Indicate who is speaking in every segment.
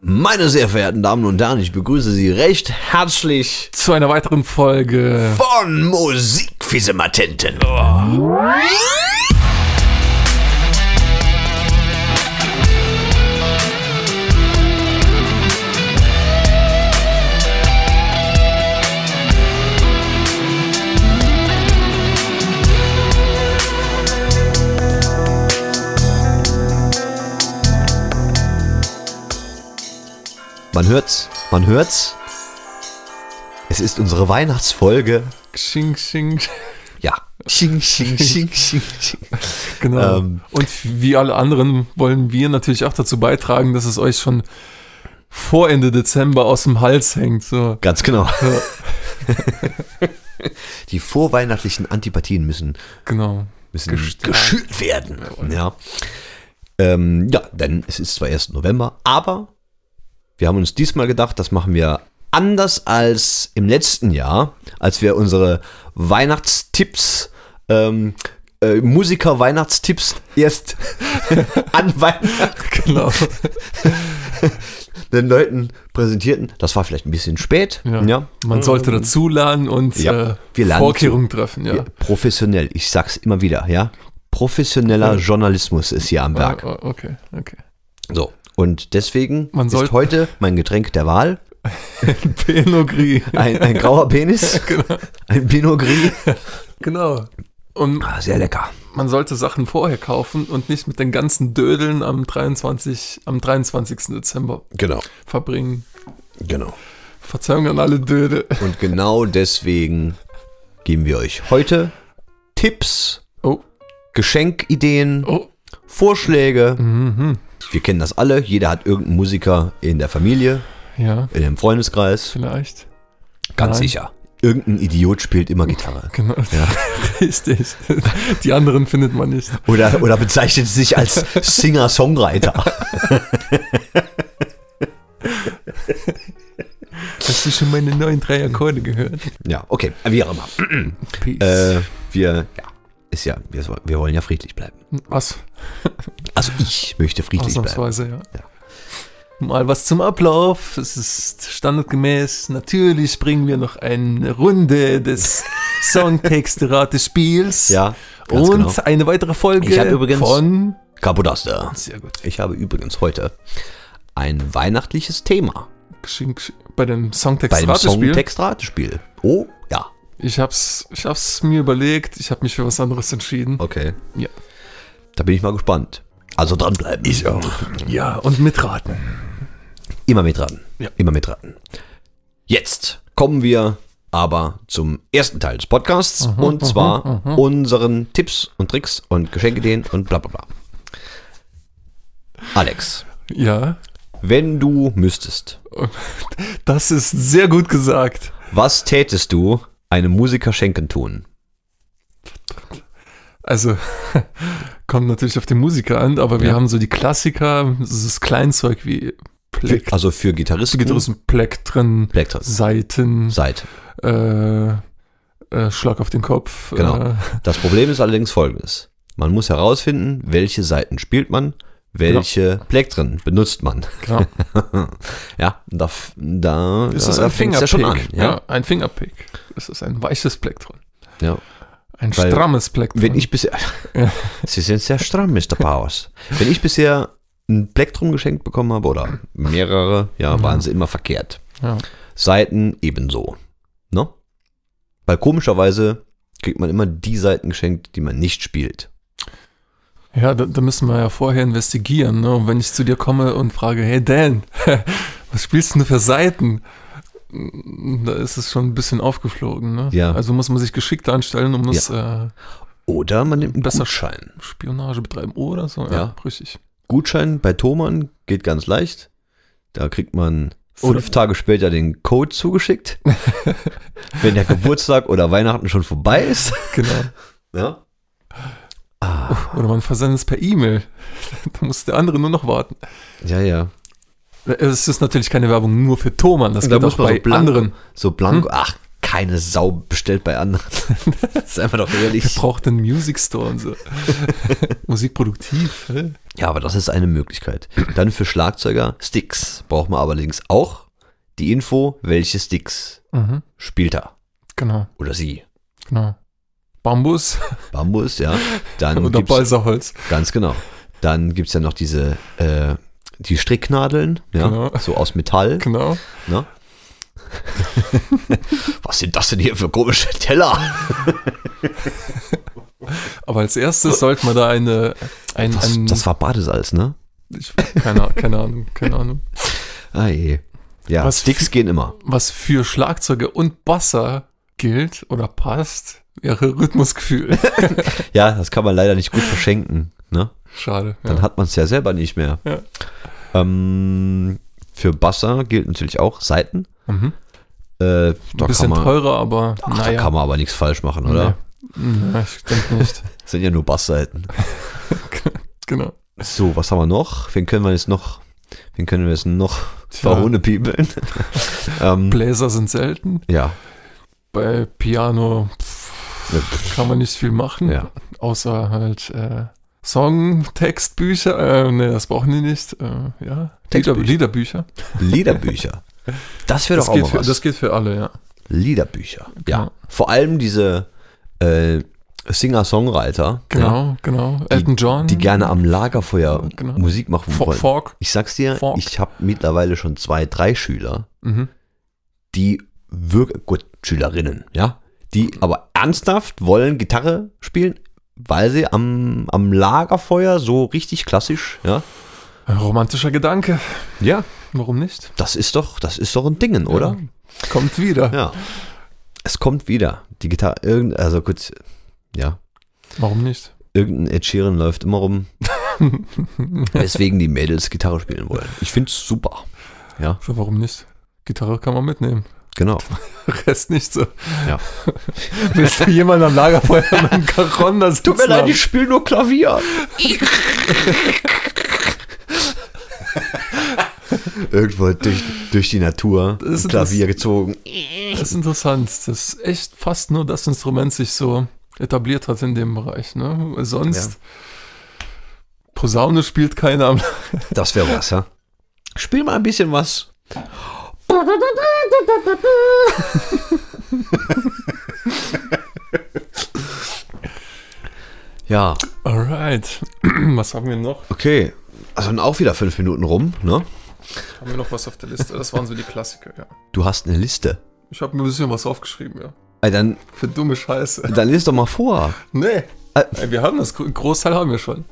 Speaker 1: Meine sehr verehrten Damen und Herren, ich begrüße Sie recht herzlich
Speaker 2: zu einer weiteren Folge.
Speaker 1: von Musikfissematenten. Man hört's, man hört's. Es ist unsere Weihnachtsfolge.
Speaker 2: Xing, xing,
Speaker 1: Ja. Sching, sching, sching, sching, sching.
Speaker 2: genau.
Speaker 1: Ähm.
Speaker 2: Und wie alle anderen wollen wir natürlich auch dazu beitragen, dass es euch schon vor Ende Dezember aus dem Hals hängt. So.
Speaker 1: Ganz genau. Die vorweihnachtlichen Antipathien müssen
Speaker 2: Genau.
Speaker 1: müssen geschürt werden. Ja. Ähm, ja, denn es ist zwar erst November, aber wir haben uns diesmal gedacht, das machen wir anders als im letzten Jahr, als wir unsere Weihnachtstipps, ähm, äh, Musiker-Weihnachtstipps erst an Weihnachten
Speaker 2: Genau.
Speaker 1: den Leuten präsentierten. Das war vielleicht ein bisschen spät.
Speaker 2: Ja. Ähm. Man sollte dazu lernen und
Speaker 1: Ja,
Speaker 2: äh,
Speaker 1: wir lernen
Speaker 2: Vorkehrungen treffen. Ja.
Speaker 1: Professionell, ich sag's immer wieder, ja. Professioneller Journalismus ist hier am Werk.
Speaker 2: Ah, ah, Okay, okay.
Speaker 1: So, und deswegen
Speaker 2: Man
Speaker 1: ist
Speaker 2: sollte-
Speaker 1: heute mein Getränk der Wahl
Speaker 2: Pinot Gris.
Speaker 1: ein, ein grauer Penis, ein Pinot Gris.
Speaker 2: Genau. Und
Speaker 1: Ah, sehr lecker.
Speaker 2: man sollte Sachen vorher kaufen und nicht mit den ganzen Dödeln am 23. am 23. Dezember
Speaker 1: Genau,
Speaker 2: verbringen.
Speaker 1: genau.
Speaker 2: Verzeihung an alle Döde.
Speaker 1: Und genau deswegen geben wir euch heute Tipps,
Speaker 2: Oh,
Speaker 1: Geschenkideen,
Speaker 2: oh.
Speaker 1: Vorschläge.
Speaker 2: Mhm.
Speaker 1: Wir kennen das alle. Jeder hat irgendeinen Musiker in der Familie,
Speaker 2: Ja,
Speaker 1: in dem Freundeskreis.
Speaker 2: vielleicht.
Speaker 1: Ganz
Speaker 2: Nein.
Speaker 1: sicher. Irgendein Idiot spielt immer Gitarre.
Speaker 2: Genau. Richtig. Die anderen findet man nicht.
Speaker 1: Oder, oder bezeichnet sich als Singer-Songwriter.
Speaker 2: Hast du schon meine neuen drei Akkorde gehört?
Speaker 1: Ja, okay, wie auch immer.
Speaker 2: Peace.
Speaker 1: Äh, wir, ja, ist ja, wir, soll- wir wollen ja friedlich bleiben.
Speaker 2: was?
Speaker 1: Also ich möchte friedlich bleiben.
Speaker 2: Ausnahmsweise, ja.
Speaker 1: Ja.
Speaker 2: Mal was zum Ablauf. Es ist standardgemäß. Natürlich bringen wir noch eine Runde des Songtexte-Ratespiels.
Speaker 1: Ja, ganz
Speaker 2: Und
Speaker 1: genau.
Speaker 2: eine weitere Folge
Speaker 1: Ich hab übrigens-
Speaker 2: von.
Speaker 1: Kapodaster.
Speaker 2: Sehr gut.
Speaker 1: Ich habe übrigens heute ein weihnachtliches Thema
Speaker 2: Geschenk- Bei dem
Speaker 1: bei dem
Speaker 2: Songtext-Ratespiel.
Speaker 1: Songtext-Ratespiel. Oh, ja.
Speaker 2: Ich hab's, ich hab's mir überlegt, ich habe mich für was anderes entschieden.
Speaker 1: Okay.
Speaker 2: Ja.
Speaker 1: Da bin ich mal gespannt. Also dranbleiben. Ich auch.
Speaker 2: Ja, und mitraten.
Speaker 1: Immer mitraten.
Speaker 2: Ja.
Speaker 1: Immer mitraten. Jetzt kommen wir aber zum ersten Teil des Podcasts
Speaker 2: Mhm,
Speaker 1: und zwar unseren Tipps und Tricks und Geschenkideen und bla bla bla. Alex,
Speaker 2: Ja,
Speaker 1: wenn du müsstest,
Speaker 2: das ist sehr gut gesagt.
Speaker 1: was tätest du einem Musiker schenken tun?
Speaker 2: Also, kommt natürlich auf den Musiker an, aber wir
Speaker 1: Ja.
Speaker 2: haben so die Klassiker, so das Kleinzeug wie
Speaker 1: Für,
Speaker 2: Plekt,
Speaker 1: also für Gitarristen,
Speaker 2: Gitarristen, Plektren,
Speaker 1: Elektros,
Speaker 2: Saiten,
Speaker 1: Seid.
Speaker 2: äh, äh, Schlag auf den Kopf.
Speaker 1: Genau.
Speaker 2: Äh,
Speaker 1: Das Problem ist allerdings folgendes. Man muss herausfinden, welche Seiten spielt man, welche Plektren benutzt man.
Speaker 2: genau.
Speaker 1: Ja, da, f- da,
Speaker 2: Ist
Speaker 1: da,
Speaker 2: das
Speaker 1: da
Speaker 2: ein
Speaker 1: fängt's
Speaker 2: Fingerpick?
Speaker 1: ja schon an.
Speaker 2: äh, ja?
Speaker 1: Ja?
Speaker 2: ein Fingerpick. Ist das ein weiches Plektron?
Speaker 1: Ja.
Speaker 2: Ein
Speaker 1: Weil-
Speaker 2: strammes Plektron.
Speaker 1: Wenn ich bisher.
Speaker 2: Ja.
Speaker 1: Sie sind sehr stramm, Mr. Powers. Wenn ich bisher ein Plektrum geschenkt bekommen habe oder mehrere, ja, waren sie immer verkehrt.
Speaker 2: Mhm. Ja.
Speaker 1: Seiten ebenso. Ne? Weil komischerweise kriegt man immer die Seiten geschenkt, die man nicht spielt.
Speaker 2: Ja, da, da müssen wir ja vorher investigieren. Ne? Und wenn ich zu dir komme und frage, hey Dan, was spielst denn du für Seiten? Da ist es schon ein bisschen aufgeflogen. Ne?
Speaker 1: Ja.
Speaker 2: Also muss man sich geschickt anstellen und muss
Speaker 1: Oder man nimmt einen
Speaker 2: Besser-
Speaker 1: Gutschein.
Speaker 2: äh, Spionage betreiben oder so.
Speaker 1: Ja.
Speaker 2: richtig.
Speaker 1: Gutschein bei Thomann geht ganz leicht. Da kriegt man fünf
Speaker 2: Oder-
Speaker 1: Tage später den Code zugeschickt. wenn der Geburtstag oder Weihnachten schon vorbei ist.
Speaker 2: Genau.
Speaker 1: Ja.
Speaker 2: Oder man versendet es per E-Mail. da muss der andere nur noch warten.
Speaker 1: Ja, ja.
Speaker 2: Es ist natürlich keine Werbung nur für Thomann, das
Speaker 1: Da
Speaker 2: geht
Speaker 1: muss
Speaker 2: auch
Speaker 1: man Hm?
Speaker 2: bei
Speaker 1: so blank-
Speaker 2: anderen.
Speaker 1: So blank. Ach, keine Sau bestellt bei anderen. Seien wir doch ehrlich.
Speaker 2: Braucht einen Music Store und so. Musikproduktiv. hä?
Speaker 1: Ja, aber das ist eine Möglichkeit. Dann für Schlagzeuger Sticks. Braucht man allerdings auch die Info, welche Sticks
Speaker 2: Mhm.
Speaker 1: spielt er
Speaker 2: Genau,
Speaker 1: oder sie.
Speaker 2: genau. Bambus
Speaker 1: Bambus, ja. Dann
Speaker 2: oder
Speaker 1: gibt's,
Speaker 2: Balsaholz.
Speaker 1: ganz genau. Dann gibt's ja noch diese, äh, die Stricknadeln, ja,
Speaker 2: Genau.
Speaker 1: so aus Metall.
Speaker 2: Genau.
Speaker 1: Ne? Was sind das denn hier für komische Teller?
Speaker 2: Aber als erstes sollte man da eine. Ein,
Speaker 1: Was,
Speaker 2: ein,
Speaker 1: das war Badesalz, ne?
Speaker 2: ich, keine, Ah- keine Ahnung, keine Ahnung.
Speaker 1: Ah, je. Ja,
Speaker 2: Was
Speaker 1: Sticks gehen immer.
Speaker 2: Was für Schlagzeuge und Basser gilt oder passt, wäre Rhythmusgefühl.
Speaker 1: Ja, das kann man leider nicht gut verschenken, ne?
Speaker 2: Schade.
Speaker 1: Dann
Speaker 2: Ja.
Speaker 1: hat man es ja selber nicht mehr.
Speaker 2: Ja.
Speaker 1: Ähm, für Basser gilt natürlich auch Seiten.
Speaker 2: Mhm.
Speaker 1: Äh, da
Speaker 2: Ein bisschen
Speaker 1: kann man,
Speaker 2: teurer, aber
Speaker 1: Ach,
Speaker 2: naja.
Speaker 1: da kann man aber nichts falsch machen, oder?
Speaker 2: Nee. Ja, ich denke nicht.
Speaker 1: Das sind ja nur Bassseiten.
Speaker 2: genau.
Speaker 1: So, was haben wir noch? Wen können wir jetzt noch? Wen können wir jetzt noch
Speaker 2: Tja.
Speaker 1: verhunepiebeln? ähm,
Speaker 2: Bläser sind selten.
Speaker 1: ja.
Speaker 2: Bei Piano pff, kann man nicht viel machen.
Speaker 1: Ja.
Speaker 2: Außer halt äh, Songtextbücher. Äh, nee, das brauchen die nicht. Äh, ja. Lieder,
Speaker 1: Textbücher.
Speaker 2: Liederbücher.
Speaker 1: Liederbücher. Das wäre doch
Speaker 2: Das
Speaker 1: auch
Speaker 2: geht,
Speaker 1: mal
Speaker 2: für,
Speaker 1: was.
Speaker 2: das geht für alle, ja.
Speaker 1: Liederbücher. Ja.
Speaker 2: Genau.
Speaker 1: Vor allem diese äh, Singer-Songwriter, ja,
Speaker 2: Genau, genau. Elton John.
Speaker 1: die gerne am Lagerfeuer
Speaker 2: Genau.
Speaker 1: Musik machen
Speaker 2: Fo-
Speaker 1: wollen.
Speaker 2: Fork.
Speaker 1: Ich sag's dir,
Speaker 2: Fork.
Speaker 1: ich habe mittlerweile schon zwei, drei Schüler,
Speaker 2: Mhm.
Speaker 1: die wirklich, gut, Schülerinnen, ja, die aber ernsthaft wollen Gitarre spielen, weil sie am, am Lagerfeuer so richtig klassisch, ja.
Speaker 2: Ein Romantischer Gedanke.
Speaker 1: Ja.
Speaker 2: Warum nicht?
Speaker 1: Das ist doch, das ist doch ein Dingen, oder?
Speaker 2: Ja. Kommt wieder.
Speaker 1: Ja. Es kommt wieder. Die Gitarre, irgend, also kurz, ja,
Speaker 2: Warum nicht?
Speaker 1: irgendein Ed Sheeran läuft immer rum, weswegen die Mädels Gitarre spielen wollen. Ich find's super.
Speaker 2: Ja, warum nicht? Gitarre kann man mitnehmen.
Speaker 1: Genau.
Speaker 2: Rest nicht so.
Speaker 1: Ja.
Speaker 2: Willst du jemanden am Lagerfeuer mit einem Caron da sitzen haben?
Speaker 1: spiele nur Klavier. Irgendwo durch, durch die Natur
Speaker 2: Das ist
Speaker 1: ein Klavier gezogen.
Speaker 2: Das ist interessant, dass echt fast nur das Instrument sich so etabliert hat in dem Bereich. Ne? Weil Sonst Posaune spielt keiner am
Speaker 1: Das wäre was, ja. Spiel mal ein bisschen was. ja,
Speaker 2: Alright. Was haben wir noch?
Speaker 1: okay. Also dann auch wieder fünf Minuten rum, ne?
Speaker 2: Haben wir noch was auf der Liste? Das waren so die Klassiker, ja.
Speaker 1: Du hast eine Liste.
Speaker 2: Ich habe mir ein bisschen was aufgeschrieben, ja.
Speaker 1: Ey, Dann,
Speaker 2: Für dumme Scheiße.
Speaker 1: dann lies doch mal vor.
Speaker 2: Nee.
Speaker 1: Äh.
Speaker 2: Ey, Wir haben das. Gro- Großteil haben wir schon.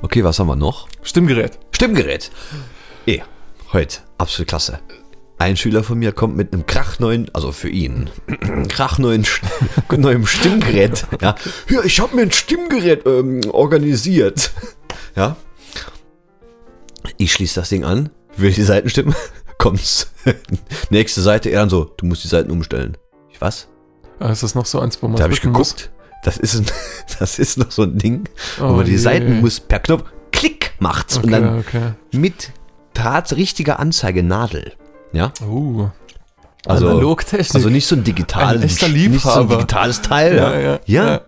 Speaker 1: Okay, was haben wir noch?
Speaker 2: Stimmgerät.
Speaker 1: Stimmgerät. Eh, heute, absolut klasse. Ein Schüler von mir kommt mit einem krachneuen, also für ihn, krachneuen Sch- neuem Stimmgerät. Ja, ja ich habe mir ein Stimmgerät ähm, organisiert. Ja. Ich schließe das Ding an, will die Seiten stimmen, kommt's. Nächste Seite, er dann so, du musst die Seiten umstellen. Ich, was?
Speaker 2: Ah, Ist das noch so eins, wo man
Speaker 1: Da habe ich
Speaker 2: drücken
Speaker 1: geguckt. Das ist, ein, das ist noch so ein Ding,
Speaker 2: muss?
Speaker 1: aber
Speaker 2: Oh
Speaker 1: die
Speaker 2: je.
Speaker 1: Seiten muss per Knopf, klick macht's
Speaker 2: Okay,
Speaker 1: und dann
Speaker 2: okay.
Speaker 1: mit Tat richtiger Anzeigenadel. Ja,
Speaker 2: Uh.
Speaker 1: Also-
Speaker 2: Analogtechnik.
Speaker 1: also nicht so ein digitales,
Speaker 2: Ein echter
Speaker 1: nicht so ein
Speaker 2: Liebhaber.
Speaker 1: digitales Teil. Ja,
Speaker 2: ja, ja.
Speaker 1: Ja.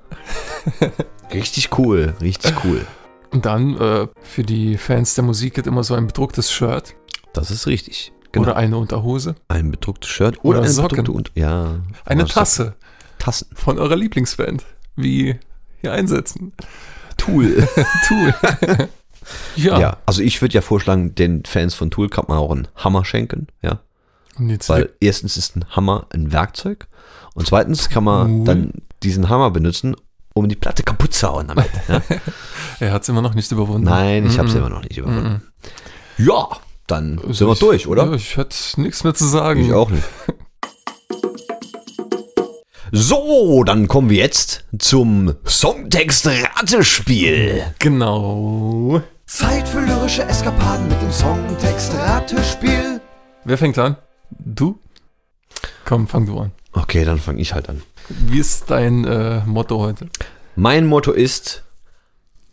Speaker 1: richtig cool, richtig cool.
Speaker 2: Und dann äh, für die Fans der Musik gibt immer so ein bedrucktes Shirt
Speaker 1: Das ist richtig. Genau.
Speaker 2: oder eine Unterhose,
Speaker 1: ein bedrucktes Shirt oder,
Speaker 2: Oder
Speaker 1: eine
Speaker 2: Socken.
Speaker 1: bedruckte und ja,
Speaker 2: eine
Speaker 1: oder
Speaker 2: Tasse
Speaker 1: Socken. Tassen.
Speaker 2: von eurer Lieblingsband. Wie hier einsetzen.
Speaker 1: Tool.
Speaker 2: Tool. ja.
Speaker 1: ja. also ich würde ja vorschlagen, den Fans von Tool kann man auch einen Hammer schenken, ja,
Speaker 2: Und jetzt
Speaker 1: weil erstens ist ein Hammer ein Werkzeug und zweitens kann man
Speaker 2: Tool.
Speaker 1: dann diesen Hammer benutzen, um die Platte kaputt zu hauen damit. Ja?
Speaker 2: er hat es immer noch nicht überwunden.
Speaker 1: Nein, ich habe es
Speaker 2: Mhm.
Speaker 1: immer noch nicht überwunden. Ja, dann sind wir
Speaker 2: Also ich,
Speaker 1: durch, oder?
Speaker 2: Ja, ich hätte nichts mehr zu sagen.
Speaker 1: nicht. So, dann kommen wir jetzt zum Songtext-Ratespiel.
Speaker 2: Genau.
Speaker 1: Zeit für lyrische Eskapaden mit dem Songtext-Ratespiel.
Speaker 2: Wer fängt an? Du? Komm, fang du an.
Speaker 1: Okay, dann fange ich halt an.
Speaker 2: Wie ist dein äh, Motto heute?
Speaker 1: Mein Motto ist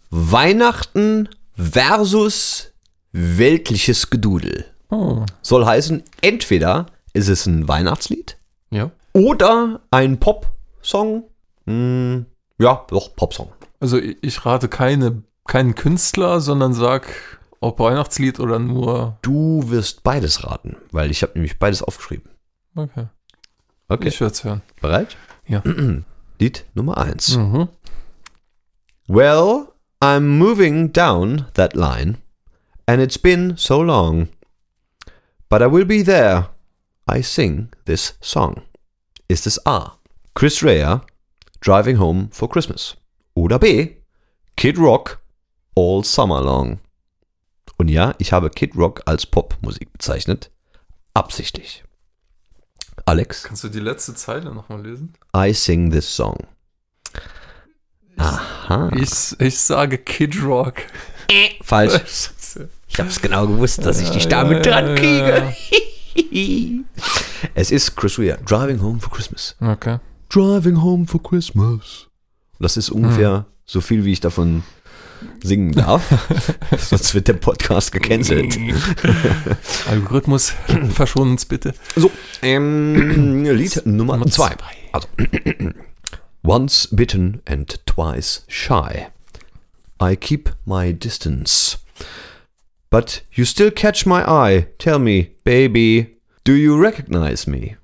Speaker 1: Weihnachten versus weltliches Gedudel.
Speaker 2: Oh.
Speaker 1: Soll heißen, entweder ist es ein Weihnachtslied
Speaker 2: Ja.
Speaker 1: Oder ein Pop-Song. Hm, ja, doch, Pop-Song.
Speaker 2: Also i- ich rate keine, keinen Künstler, sondern sag, ob Weihnachtslied oder nur.
Speaker 1: Du wirst beides raten, weil ich habe nämlich beides aufgeschrieben.
Speaker 2: Okay.
Speaker 1: Okay.
Speaker 2: Ich werde es hören.
Speaker 1: Bereit?
Speaker 2: Ja.
Speaker 1: Lied Nummer 1.
Speaker 2: Mhm.
Speaker 1: Well, I'm moving down that line, and it's been so long. But I will be there. I sing this song. Ist es A. Chris Rea, Driving Home for Christmas? Oder B. Kid Rock, All Summer Long? Und ja, ich habe Kid Rock als Popmusik bezeichnet. Absichtlich. Alex,
Speaker 2: Kannst du die letzte Zeile nochmal lesen?
Speaker 1: I sing this song. Aha.
Speaker 2: Ich, ich sage Kid Rock.
Speaker 1: Falsch.
Speaker 2: Scheiße.
Speaker 1: Ich hab's genau gewusst, dass ich dich
Speaker 2: Ja,
Speaker 1: damit
Speaker 2: ja,
Speaker 1: dran
Speaker 2: ja,
Speaker 1: kriege. es ist Chris Rea, Driving Home for Christmas.
Speaker 2: Okay.
Speaker 1: Driving Home for Christmas. Hm. Das ist ungefähr so viel, wie ich davon singen darf. Sonst wird der Podcast gecancelt.
Speaker 2: Algorithmus, verschon uns bitte.
Speaker 1: So, ähm, Lied Nummer
Speaker 2: Nummer
Speaker 1: zwei.
Speaker 2: zwei.
Speaker 1: Also, Once bitten and twice shy. I keep my distance. But you still catch my eye. Tell me, baby, do you recognize me?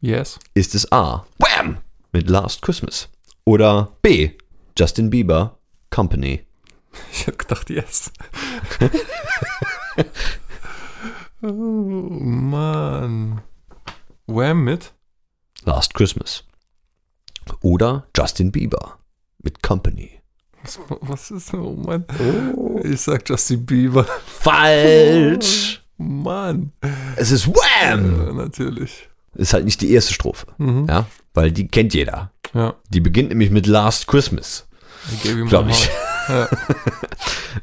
Speaker 2: Yes.
Speaker 1: Ist es A. Wham! Mit Last Christmas. Oder B. Justin Bieber, Company.
Speaker 2: Ich hab gedacht, yes. oh Mann. Wham mit?
Speaker 1: Last Christmas. Oder Justin Bieber mit Company.
Speaker 2: Was, was ist Oh Mann. Ich sag Justin Bieber.
Speaker 1: Falsch!
Speaker 2: Mann.
Speaker 1: Es ist
Speaker 2: Äh,
Speaker 1: Wham!
Speaker 2: natürlich.
Speaker 1: ist halt nicht die erste Strophe,
Speaker 2: Mhm.
Speaker 1: ja, weil die kennt jeder.
Speaker 2: Ja.
Speaker 1: Die beginnt nämlich mit Last Christmas,
Speaker 2: I gave you my
Speaker 1: glaube ich.
Speaker 2: heart.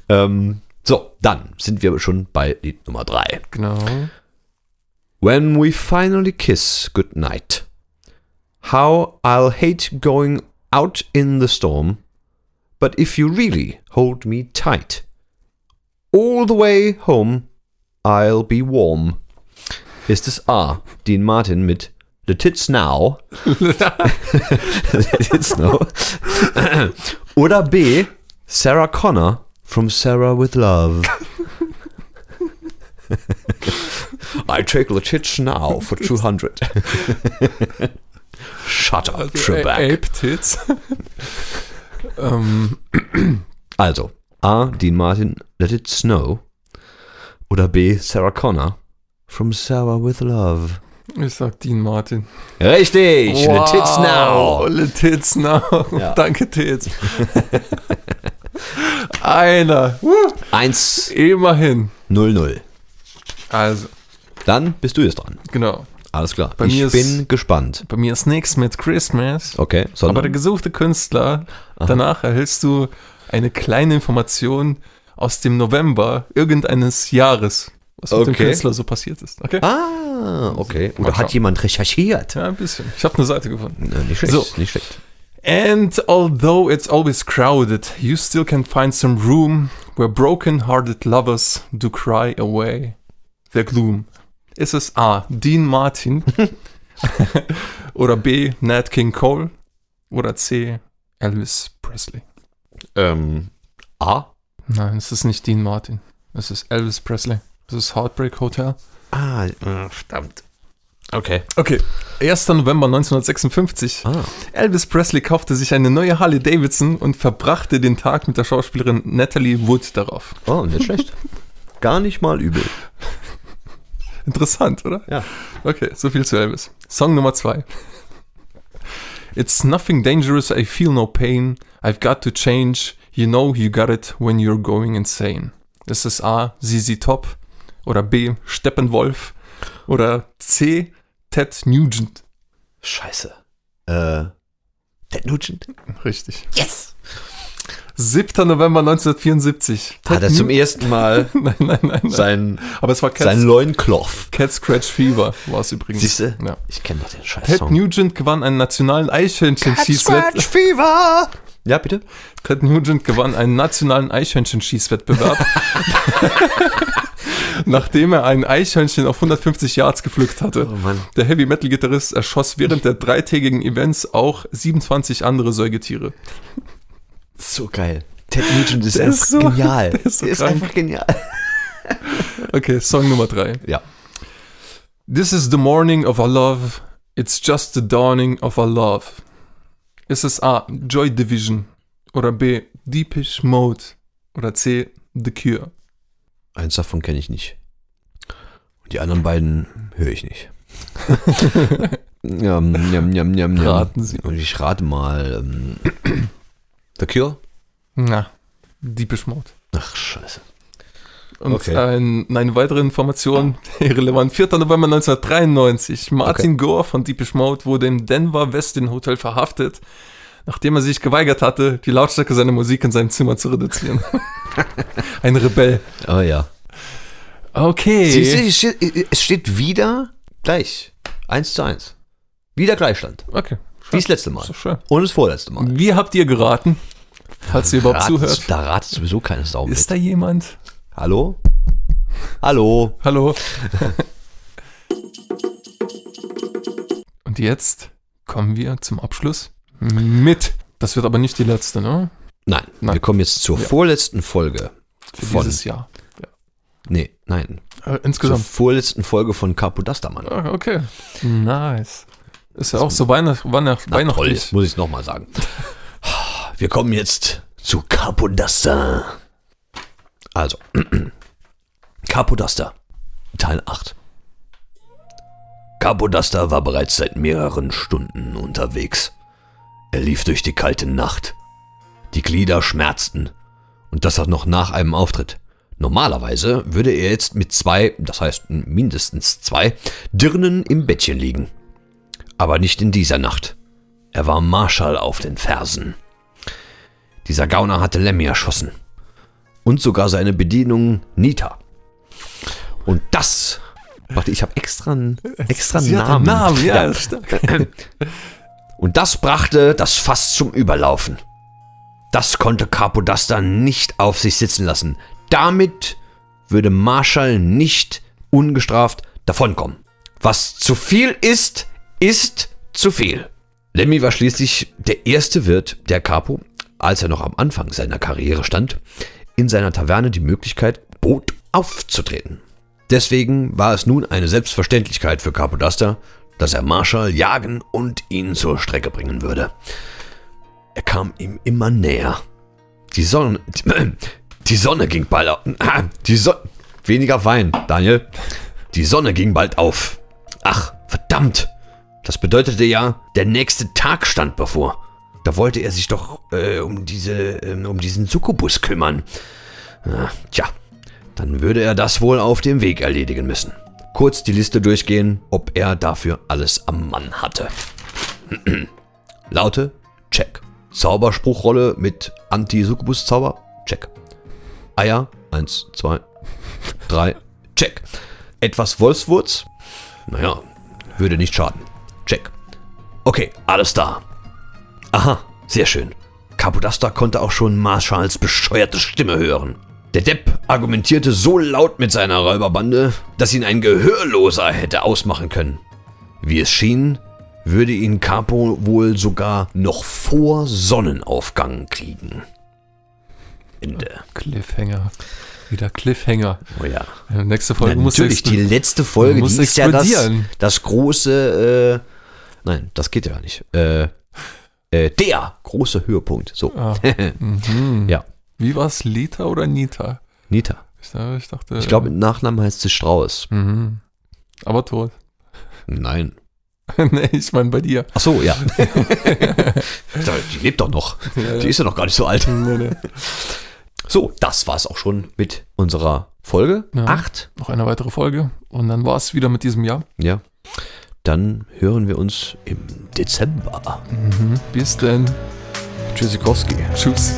Speaker 1: Ähm, so, dann sind wir schon bei Lied Nummer 3.
Speaker 2: Genau.
Speaker 1: When we finally kiss goodnight. How I'll hate going out in the storm, but if you really hold me tight, all the way home, I'll be warm. Ist es A. Dean Martin mit The Tits Now? It's no. Oder B. Sarah Connor from Sarah with Love. I take the tits now for 200. Shut up,
Speaker 2: Also,
Speaker 1: Trebek.
Speaker 2: Ape-Tits. ähm,
Speaker 1: Also, A. Dean Martin, Let It Snow. Oder B. Sarah Connor from Sarah with Love.
Speaker 2: ich sag Dean Martin.
Speaker 1: Richtig, The Tits Now.
Speaker 2: Le Tits Now.
Speaker 1: Ja.
Speaker 2: Danke, Tits. Einer. Woo.
Speaker 1: 1-0-0.
Speaker 2: Immerhin. Also,
Speaker 1: Dann bist du jetzt dran.
Speaker 2: genau.
Speaker 1: Alles klar.
Speaker 2: Bei
Speaker 1: ich
Speaker 2: mir ist-
Speaker 1: bin gespannt.
Speaker 2: Bei mir ist nichts mit Christmas.
Speaker 1: Okay,
Speaker 2: Aber
Speaker 1: sondern
Speaker 2: der gesuchte Künstler, danach erhältst du eine kleine Information aus dem November irgendeines Jahres, was mit dem
Speaker 1: Okay.
Speaker 2: Künstler so passiert ist. Okay?
Speaker 1: Ah, okay. Oder
Speaker 2: Mal
Speaker 1: hat
Speaker 2: schauen.
Speaker 1: jemand recherchiert?
Speaker 2: Ja, ein bisschen. Ich habe eine Seite gefunden.
Speaker 1: Na, Nicht schlecht,
Speaker 2: So.
Speaker 1: nicht schlecht.
Speaker 2: And although it's always crowded, you still can find some room where broken-hearted lovers do cry away their gloom. Ist es A. Dean Martin oder B. Nat King Cole oder C. Elvis Presley?
Speaker 1: Ähm, A.
Speaker 2: Nein, es ist nicht Dean Martin. Es ist Elvis Presley. Es ist Heartbreak Hotel.
Speaker 1: Ah, äh, verdammt. Okay.
Speaker 2: Okay. 1. November 1956.
Speaker 1: Ah.
Speaker 2: Elvis Presley kaufte sich eine neue Harley Davidson und verbrachte den Tag mit der Schauspielerin Natalie Wood darauf.
Speaker 1: Oh, nicht schlecht. Gar nicht mal übel.
Speaker 2: Interessant, oder?
Speaker 1: Ja.
Speaker 2: Okay, so viel zu Elvis. Song Nummer zwei. It's nothing dangerous, I feel no pain. I've got to change. You know you got it when you're going insane. Ist es A, ZZ Top? Oder B, Steppenwolf? Oder C, Ted Nugent?
Speaker 1: Scheiße. Äh, Ted Nugent?
Speaker 2: Richtig. Yes! 7. November 1974.
Speaker 1: Hat er zum ersten Mal
Speaker 2: nein, nein, nein, nein.
Speaker 1: e- sein,
Speaker 2: Aber es war Cat,
Speaker 1: sein Loincloth.
Speaker 2: Cat Scratch Fever, war es übrigens.
Speaker 1: Siehste?
Speaker 2: Ja.
Speaker 1: Ich kenne doch den scheiß
Speaker 2: Ted
Speaker 1: Song.
Speaker 2: Nugent gewann einen nationalen Eichhörnchen-Schießwettbewerb.
Speaker 1: Fever! Ja, bitte?
Speaker 2: Ted Nugent gewann einen nationalen Eichhörnchen-Schießwettbewerb nachdem er ein Eichhörnchen auf 150 Yards gepflückt hatte.
Speaker 1: Oh Mann.
Speaker 2: Der Heavy Metal Gitarrist erschoss während der dreitägigen Events auch 27 andere Säugetiere.
Speaker 1: So geil. Ted Nugent ist
Speaker 2: Der
Speaker 1: einfach
Speaker 2: ist so-
Speaker 1: genial.
Speaker 2: der ist so
Speaker 1: Der ist
Speaker 2: krank.
Speaker 1: einfach genial.
Speaker 2: Okay, Song Nummer 3.
Speaker 1: Ja.
Speaker 2: This is the morning of our love. It's just the dawning of our love. Ist es A. Joy Division oder B. Deepish Mode oder C. The Cure?
Speaker 1: Eins davon kenne ich nicht. Und die anderen beiden höre ich nicht. Njam, njam, njam, njam, njam.
Speaker 2: Raten Sie.
Speaker 1: Und ich rate mal. Ähm, The Cure?
Speaker 2: Na, Deepish Mode.
Speaker 1: Ach, scheiße.
Speaker 2: Und
Speaker 1: Okay.
Speaker 2: ein, eine weitere Information, irrelevant. 4. November 1993. Martin Gore von Deepish Mode wurde im Denver Westin Hotel verhaftet, nachdem er sich geweigert hatte, die Lautstärke seiner Musik in seinem Zimmer zu reduzieren. ein Rebell.
Speaker 1: Oh ja.
Speaker 2: Okay.
Speaker 1: Siehst du, es steht- es steht wieder gleich. Eins zu eins. Wieder Gleichstand.
Speaker 2: Okay.
Speaker 1: Wie das letzte Mal.
Speaker 2: So schön.
Speaker 1: Und das vorletzte Mal.
Speaker 2: Wie habt ihr geraten? Falls ihr überhaupt
Speaker 1: Ratet-
Speaker 2: zuhört.
Speaker 1: Da ratet sowieso keine Sau. mit.
Speaker 2: Ist da jemand?
Speaker 1: Hallo? Hallo?
Speaker 2: Hallo. Und jetzt kommen wir zum Abschluss mit. Das wird aber nicht die letzte, ne?
Speaker 1: Nein,
Speaker 2: Nein.
Speaker 1: wir kommen jetzt zur
Speaker 2: Ja.
Speaker 1: vorletzten Folge.
Speaker 2: Für
Speaker 1: Von-
Speaker 2: dieses Jahr.
Speaker 1: Nee, nein.
Speaker 2: Äh,
Speaker 1: Zur
Speaker 2: insgesamt.
Speaker 1: vorletzten Folge von Capodastermann.
Speaker 2: Ah, okay. Nice. Ist ja auch so Weihnacht, Weihnacht,
Speaker 1: Toll,
Speaker 2: weihnachtlich.
Speaker 1: jetzt muss ich es nochmal sagen. Wir kommen jetzt zu Capodaster. Also, Capodaster, Teil 8. Capodaster war bereits seit mehreren Stunden unterwegs. Er lief durch die kalte Nacht. Die Glieder schmerzten. Und das auch noch nach einem Auftritt. Normalerweise würde er jetzt mit zwei, das heißt mindestens zwei, Dirnen im Bettchen liegen. Aber nicht in dieser Nacht. Er war Marschall auf den Fersen. Dieser Gauner hatte Lemmy erschossen. Und sogar seine Bedienung Nita. Und das. Warte, ich habe extra einen extra
Speaker 2: Sie hat einen
Speaker 1: Namen.
Speaker 2: Namen, ja, ist stark.
Speaker 1: Und das brachte das Fass zum Überlaufen. Das konnte Capodaster nicht auf sich sitzen lassen. Damit würde Marshall nicht ungestraft davonkommen. Was zu viel ist, ist zu viel. Lemmy war schließlich der erste Wirt, der Capo, als er noch am Anfang seiner Karriere stand, in seiner Taverne die Möglichkeit bot, aufzutreten. Deswegen war es nun eine Selbstverständlichkeit für Capodaster, dass er Marshall jagen und ihn zur Strecke bringen würde. Er kam ihm immer näher. Die Sonne. Die Sonne ging bald auf. Die Sonne. Weniger Wein, Daniel. Die Sonne ging bald auf. Ach, verdammt. Das bedeutete ja, der nächste Tag stand bevor. Da wollte er sich doch äh, um, diese, ähm, um diesen Succubus kümmern. Ah, tja, dann würde er das wohl auf dem Weg erledigen müssen. Kurz die Liste durchgehen, ob er dafür alles am Mann hatte. Laute? Check. Zauberspruchrolle mit Anti-Succubus-Zauber? Check. Eier? Eins, zwei, drei. Check. Etwas Wolfswurz? Naja, würde nicht schaden. Check. Okay, alles da. Aha, sehr schön. Capodaster konnte auch schon Marschalls bescheuerte Stimme hören. Der Depp argumentierte so laut mit seiner Räuberbande, dass ihn ein Gehörloser hätte ausmachen können. Wie es schien, würde ihn Capo wohl sogar noch vor Sonnenaufgang kriegen. Ende.
Speaker 2: Cliffhanger. Wieder Cliffhanger.
Speaker 1: Oh ja.
Speaker 2: Ja, Nächste Folge muss
Speaker 1: Natürlich, die
Speaker 2: explodieren.
Speaker 1: letzte Folge,
Speaker 2: muss
Speaker 1: die ist ja das,
Speaker 2: explodieren.
Speaker 1: das große, äh, nein, das geht ja nicht. Äh, äh, der große Höhepunkt. So.
Speaker 2: Ah. Mhm.
Speaker 1: Ja.
Speaker 2: Wie war's, Lita oder Nita?
Speaker 1: Nita.
Speaker 2: Ich, dachte- ich dachte.
Speaker 1: Ich glaube, mit Nachnamen heißt sie Strauß.
Speaker 2: Mhm. Aber tot.
Speaker 1: Nein.
Speaker 2: nee, ich meine bei dir.
Speaker 1: Ach so, ja. die lebt doch noch. Die ist ja noch gar nicht so alt.
Speaker 2: Nee, nee.
Speaker 1: So, das war's auch schon mit unserer Folge
Speaker 2: Ja.
Speaker 1: 8.
Speaker 2: Noch eine weitere Folge und dann war's wieder mit diesem Jahr.
Speaker 1: Ja. Dann hören wir uns im Dezember.
Speaker 2: Bis dann.
Speaker 1: Tschüssikowski.
Speaker 2: Tschüss.